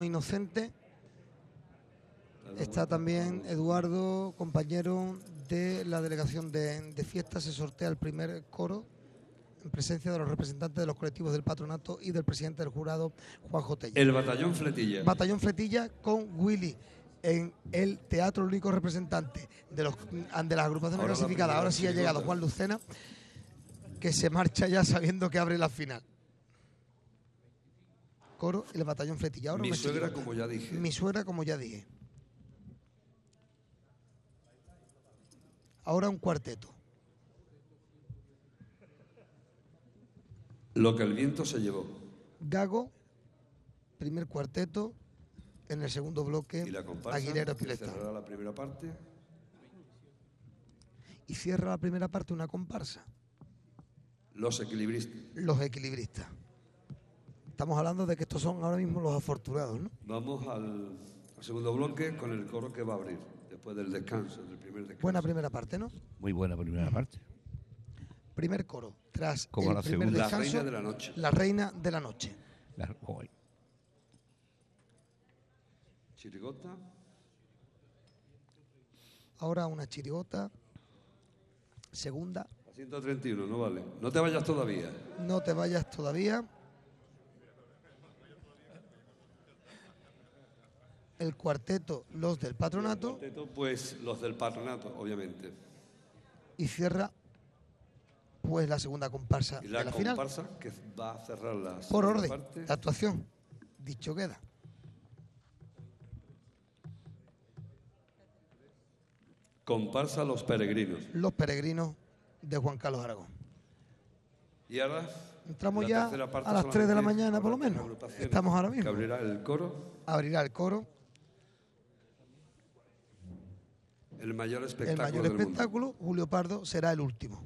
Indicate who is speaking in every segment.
Speaker 1: Inocente. Está también Eduardo, compañero de la delegación de, de fiestas. Se sortea el primer coro en presencia de los representantes de los colectivos del patronato y del presidente del jurado, Juan Jotella.
Speaker 2: El batallón Fletilla.
Speaker 1: Batallón Fletilla con Willy en el teatro, el único representante de, los, de las agrupaciones
Speaker 2: Ahora la
Speaker 1: clasificadas.
Speaker 2: primera
Speaker 1: Ahora sí ha
Speaker 2: chirigota.
Speaker 1: llegado Juan Lucena, que se marcha ya sabiendo que abre la final. Coro, el batallón Fletilla. Ahora
Speaker 2: Mi
Speaker 1: una
Speaker 2: suegra,
Speaker 1: chirigota.
Speaker 2: como ya dije.
Speaker 1: Mi suegra, como ya dije. Ahora un cuarteto.
Speaker 2: Lo que el viento se llevó.
Speaker 1: Gago, primer cuarteto, en el segundo bloque,
Speaker 2: Y la comparsa
Speaker 1: Aguilera
Speaker 2: que
Speaker 1: Pilestán.
Speaker 2: cerrará la primera parte.
Speaker 1: Y cierra la primera parte una comparsa,
Speaker 2: Los equilibristas.
Speaker 1: los equilibristas. Estamos hablando de que estos son ahora mismo los afortunados, ¿no?
Speaker 2: Vamos al, al segundo bloque con el coro que va a abrir después del descanso, del primer descanso.
Speaker 1: Buena primera parte, ¿no?
Speaker 3: Muy buena primera parte.
Speaker 1: Primer coro, tras
Speaker 3: Como
Speaker 1: el
Speaker 3: la
Speaker 1: primer
Speaker 3: segunda.
Speaker 2: la
Speaker 1: descanso,
Speaker 2: reina de la noche.
Speaker 1: la reina de la noche.
Speaker 3: La- oh, Joder.
Speaker 2: Chirigota.
Speaker 1: Ahora una chirigota, segunda,
Speaker 2: A 131, no vale. No te vayas todavía.
Speaker 1: no te vayas todavía. El cuarteto, los del patronato.
Speaker 2: Cuarteto, Pues los del patronato, obviamente.
Speaker 1: y cierra pues la segunda comparsa
Speaker 2: Y la,
Speaker 1: de la final
Speaker 2: comparsa que va a cerrar la
Speaker 1: por
Speaker 2: segunda
Speaker 1: orden
Speaker 2: parte.
Speaker 1: la actuación dicho queda
Speaker 2: Comparsa Los Peregrinos.
Speaker 1: los peregrinos de Juan Carlos Aragón
Speaker 2: Y ahora.
Speaker 1: Entramos
Speaker 2: la
Speaker 1: ya
Speaker 2: tercera parte
Speaker 1: a las 3 de la
Speaker 2: solamente
Speaker 1: mañana, por lo
Speaker 2: habrá
Speaker 1: menos.
Speaker 2: tres agrupaciones
Speaker 1: Estamos ahora mismo.
Speaker 2: Que abrirá el coro,
Speaker 1: abrirá el coro
Speaker 2: el mayor
Speaker 1: el
Speaker 2: espectáculo.
Speaker 1: mayor
Speaker 2: del mundo.
Speaker 1: espectáculo Julio Pardo será el último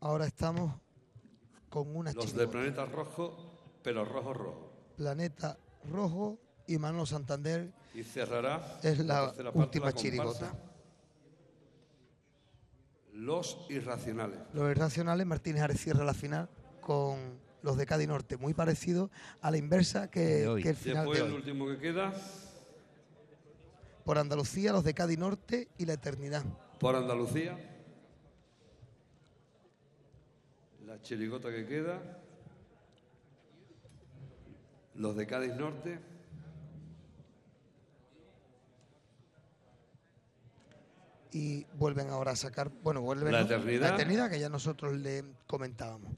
Speaker 1: ahora estamos con una
Speaker 2: Los del
Speaker 1: chirigota.
Speaker 2: Planeta Rojo, pero rojo, rojo.
Speaker 1: Planeta Rojo y Manolo Santander.
Speaker 2: Y cerrará
Speaker 1: Es la
Speaker 2: tercera parte,
Speaker 1: última
Speaker 2: la comparsa,
Speaker 1: chirigota.
Speaker 2: Los Irracionales.
Speaker 1: Los irracionales, Martínez Ares cierra la final con los de Cádiz Norte, muy parecido a la inversa
Speaker 3: De
Speaker 1: que,
Speaker 3: hoy.
Speaker 1: que el final
Speaker 2: Después
Speaker 1: de
Speaker 2: el
Speaker 1: hoy.
Speaker 2: último que queda,
Speaker 1: Por Andalucía, los de Cádiz Norte y la Eternidad.
Speaker 2: por Andalucía. La chirigota que queda. Los de Cádiz Norte.
Speaker 1: Y vuelven ahora a sacar, bueno, vuelven
Speaker 2: La
Speaker 1: ¿no?
Speaker 2: Eternidad.
Speaker 1: la eternidad que ya nosotros le comentábamos.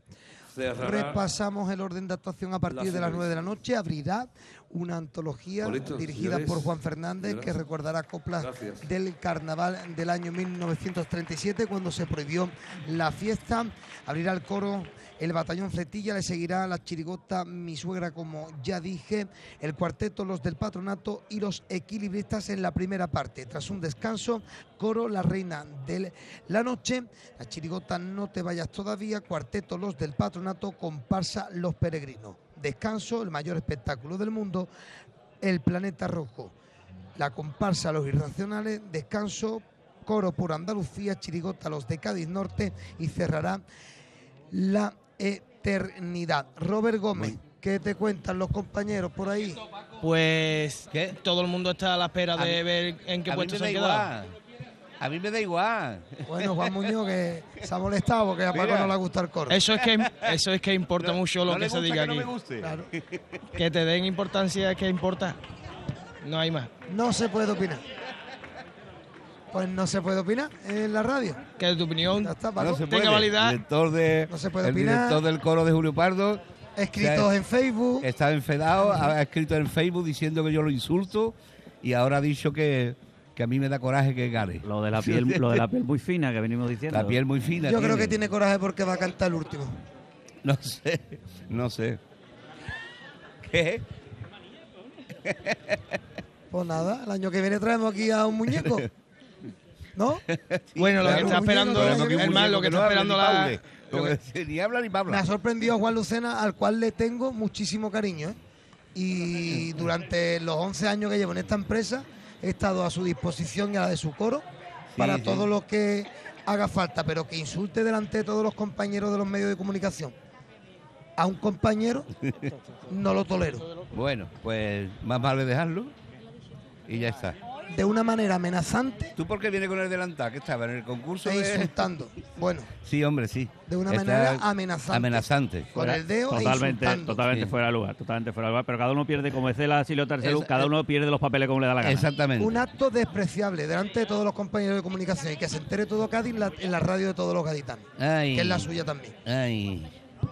Speaker 2: Cerrará.
Speaker 1: Repasamos el orden de actuación a partir
Speaker 2: La
Speaker 1: de las
Speaker 2: finalista.
Speaker 1: 9 de la noche. Abrirá una antología
Speaker 2: Bonito,
Speaker 1: dirigida
Speaker 2: señores.
Speaker 1: por Juan Fernández que
Speaker 2: Gracias.
Speaker 1: recordará coplas
Speaker 2: Gracias.
Speaker 1: del carnaval del año 1937 cuando se prohibió la fiesta. Abrirá el coro el batallón Fletilla, le seguirá la chirigota Mi Suegra, como ya dije, el cuarteto Los del Patronato y los equilibristas en la primera parte. Tras un descanso, coro La Reina de la Noche, la chirigota No te vayas todavía, cuarteto Los del Patronato, comparsa Los Peregrinos. Descanso, el mayor espectáculo del mundo, el planeta rojo. La comparsa Los Irracionales, descanso, coro por Andalucía, chirigota Los de Cádiz Norte y cerrará la eternidad. Robert Gómez, ¿qué te cuentan los compañeros por ahí?
Speaker 4: Pues
Speaker 3: ¿Qué?
Speaker 4: todo el mundo está a la espera
Speaker 3: A
Speaker 4: de
Speaker 3: mí-
Speaker 4: ver en qué
Speaker 3: A mí
Speaker 4: puesto
Speaker 3: me
Speaker 4: se
Speaker 3: da
Speaker 4: han quedado.
Speaker 3: igual. A mí me da igual.
Speaker 1: Bueno, Juan Muñoz, que se ha molestado porque a Paco
Speaker 3: Mira.
Speaker 1: no le gusta el coro.
Speaker 4: Eso es que eso es que importa mucho
Speaker 3: No
Speaker 4: lo que
Speaker 3: le
Speaker 4: se
Speaker 3: gusta
Speaker 4: diga
Speaker 3: no
Speaker 4: aquí.
Speaker 3: me guste.
Speaker 1: Claro.
Speaker 4: que te den importancia que importa. No hay más.
Speaker 1: No se puede opinar. Pues no se puede opinar en la radio.
Speaker 4: Que tu opinión
Speaker 1: Ya está, Paco.
Speaker 3: No se
Speaker 4: Tenga
Speaker 3: puede.
Speaker 4: validad.
Speaker 3: El director, de,
Speaker 1: No se puede
Speaker 3: el
Speaker 1: opinar.
Speaker 3: director del coro de Julio Pardo
Speaker 1: Escritos en Facebook.
Speaker 3: está enfadado, ha escrito en Facebook diciendo que yo lo insulto y ahora ha dicho que, que a mí me da coraje que gane.
Speaker 5: Lo de la piel, lo de la piel muy fina que venimos diciendo.
Speaker 3: La piel muy fina.
Speaker 1: Yo creo que tiene coraje porque va a cantar el último.
Speaker 3: No sé, no sé. ¿Qué?
Speaker 1: Pues nada, el año que viene traemos aquí a un muñeco. ¿No?
Speaker 4: Bueno, lo que
Speaker 3: Claro,
Speaker 4: está
Speaker 1: un muñeco
Speaker 4: esperando,
Speaker 1: que
Speaker 3: Pero que un
Speaker 4: es más,
Speaker 3: muñeco
Speaker 4: lo que está
Speaker 3: habla
Speaker 4: esperando
Speaker 3: ni
Speaker 4: la.
Speaker 3: hable,
Speaker 4: lo que-
Speaker 3: lo que- Ni habla ni
Speaker 1: Me ha
Speaker 3: habla.
Speaker 1: sorprendido Juan Lucena, al cual le tengo muchísimo cariño. ¿eh? Y durante los 11 años que llevo en esta empresa, he estado a su disposición y a la de su coro para
Speaker 3: sí.
Speaker 1: todo lo que haga falta, pero que insulte delante de todos los compañeros de los medios de comunicación. A un compañero no lo tolero.
Speaker 3: Bueno, pues más vale dejarlo y ya está.
Speaker 1: De una manera amenazante
Speaker 3: ¿Tú por qué vienes con el delantal? ¿Qué estaba en el concurso?
Speaker 1: e
Speaker 3: de-
Speaker 1: insultando. Bueno,
Speaker 3: Sí, hombre, sí.
Speaker 1: De una
Speaker 3: Está
Speaker 1: manera amenazante.
Speaker 3: Amenazante.
Speaker 1: con el dedo e
Speaker 5: Totalmente,
Speaker 1: insultando.
Speaker 5: totalmente
Speaker 3: Sí.
Speaker 5: fuera de lugar, totalmente fuera de lugar. Pero cada uno pierde, como dice la Silvia Tercero,
Speaker 3: Esa-
Speaker 5: cada uno pierde los papeles como le da la gana.
Speaker 3: Exactamente.
Speaker 1: Un acto despreciable delante de todos los compañeros de comunicación y que se entere todo Cádiz en la, en la radio de todos los gaditanos,
Speaker 3: Ay.
Speaker 1: que es la suya también.
Speaker 3: Ay.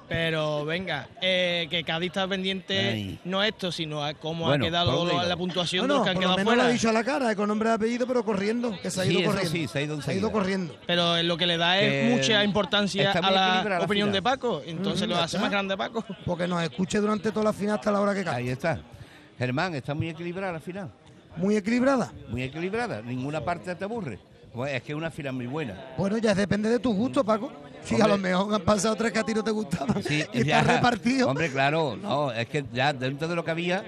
Speaker 4: Pero venga, eh, que Cádiz está pendiente
Speaker 3: Ay.
Speaker 4: no a esto, sino a cómo
Speaker 3: Bueno,
Speaker 4: ha quedado
Speaker 3: por lo
Speaker 4: lo-
Speaker 3: digo.
Speaker 4: la puntuación
Speaker 1: no,
Speaker 4: de
Speaker 1: Ah, no,
Speaker 4: los que
Speaker 1: por
Speaker 4: han
Speaker 1: lo
Speaker 4: quedado
Speaker 1: menos
Speaker 4: fuera.
Speaker 1: lo ha dicho a la cara, eh, con nombre y apellido, pero corriendo, que se ha
Speaker 3: Sí,
Speaker 1: ido
Speaker 3: eso
Speaker 1: corriendo.
Speaker 3: sí, se ha ido enseguida.
Speaker 1: corriendo.
Speaker 4: Pero eh, lo que le da
Speaker 3: Que
Speaker 4: es mucha importancia
Speaker 3: está muy
Speaker 4: a la,
Speaker 3: equilibrada la
Speaker 4: opinión
Speaker 3: final.
Speaker 4: de Paco, entonces
Speaker 1: Mm,
Speaker 4: lo
Speaker 1: ya
Speaker 4: hace
Speaker 1: está.
Speaker 4: más grande a Paco.
Speaker 1: Porque nos escuche durante toda la final hasta la hora que
Speaker 3: Ahí
Speaker 1: cae.
Speaker 3: está. Germán, está muy equilibrada la final.
Speaker 1: Muy equilibrada.
Speaker 3: Muy equilibrada. Ninguna parte te aburre. Bueno, es que es una final muy buena.
Speaker 1: Bueno, ya depende de tu gusto, Paco. Sí, a
Speaker 3: Hombre.
Speaker 1: lo mejor han pasado tres que a ti no te gustaban
Speaker 3: Sí,
Speaker 1: y
Speaker 3: ya.
Speaker 1: están repartidos.
Speaker 3: Hombre, claro, no, es que ya dentro de lo que había,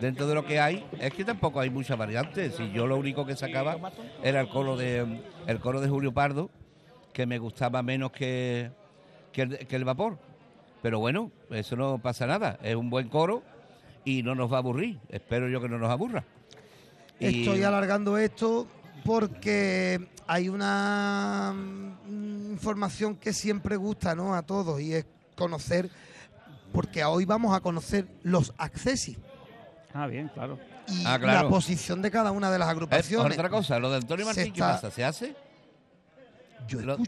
Speaker 3: dentro de lo que hay, es que tampoco hay muchas variantes. Si yo lo único que sacaba era el coro de el coro de Julio Pardo, que me gustaba menos que, que, el, que el vapor. Pero bueno, eso no pasa nada. Es un buen coro y no nos va a aburrir. Espero yo que no nos aburra. Y-
Speaker 1: Estoy alargando esto porque hay una mm, información que siempre gusta ¿no? a todos y es conocer, porque hoy vamos a conocer los accesis
Speaker 5: Ah, bien, claro.
Speaker 1: y
Speaker 3: Ah, claro.
Speaker 1: la posición de cada una de las
Speaker 3: Eh,
Speaker 1: agrupaciones.
Speaker 3: otra cosa, lo de Antonio
Speaker 1: Se
Speaker 3: Martín, ¿qué
Speaker 1: está-
Speaker 3: pasa? ¿Se hace?
Speaker 1: Yo he
Speaker 3: Lo-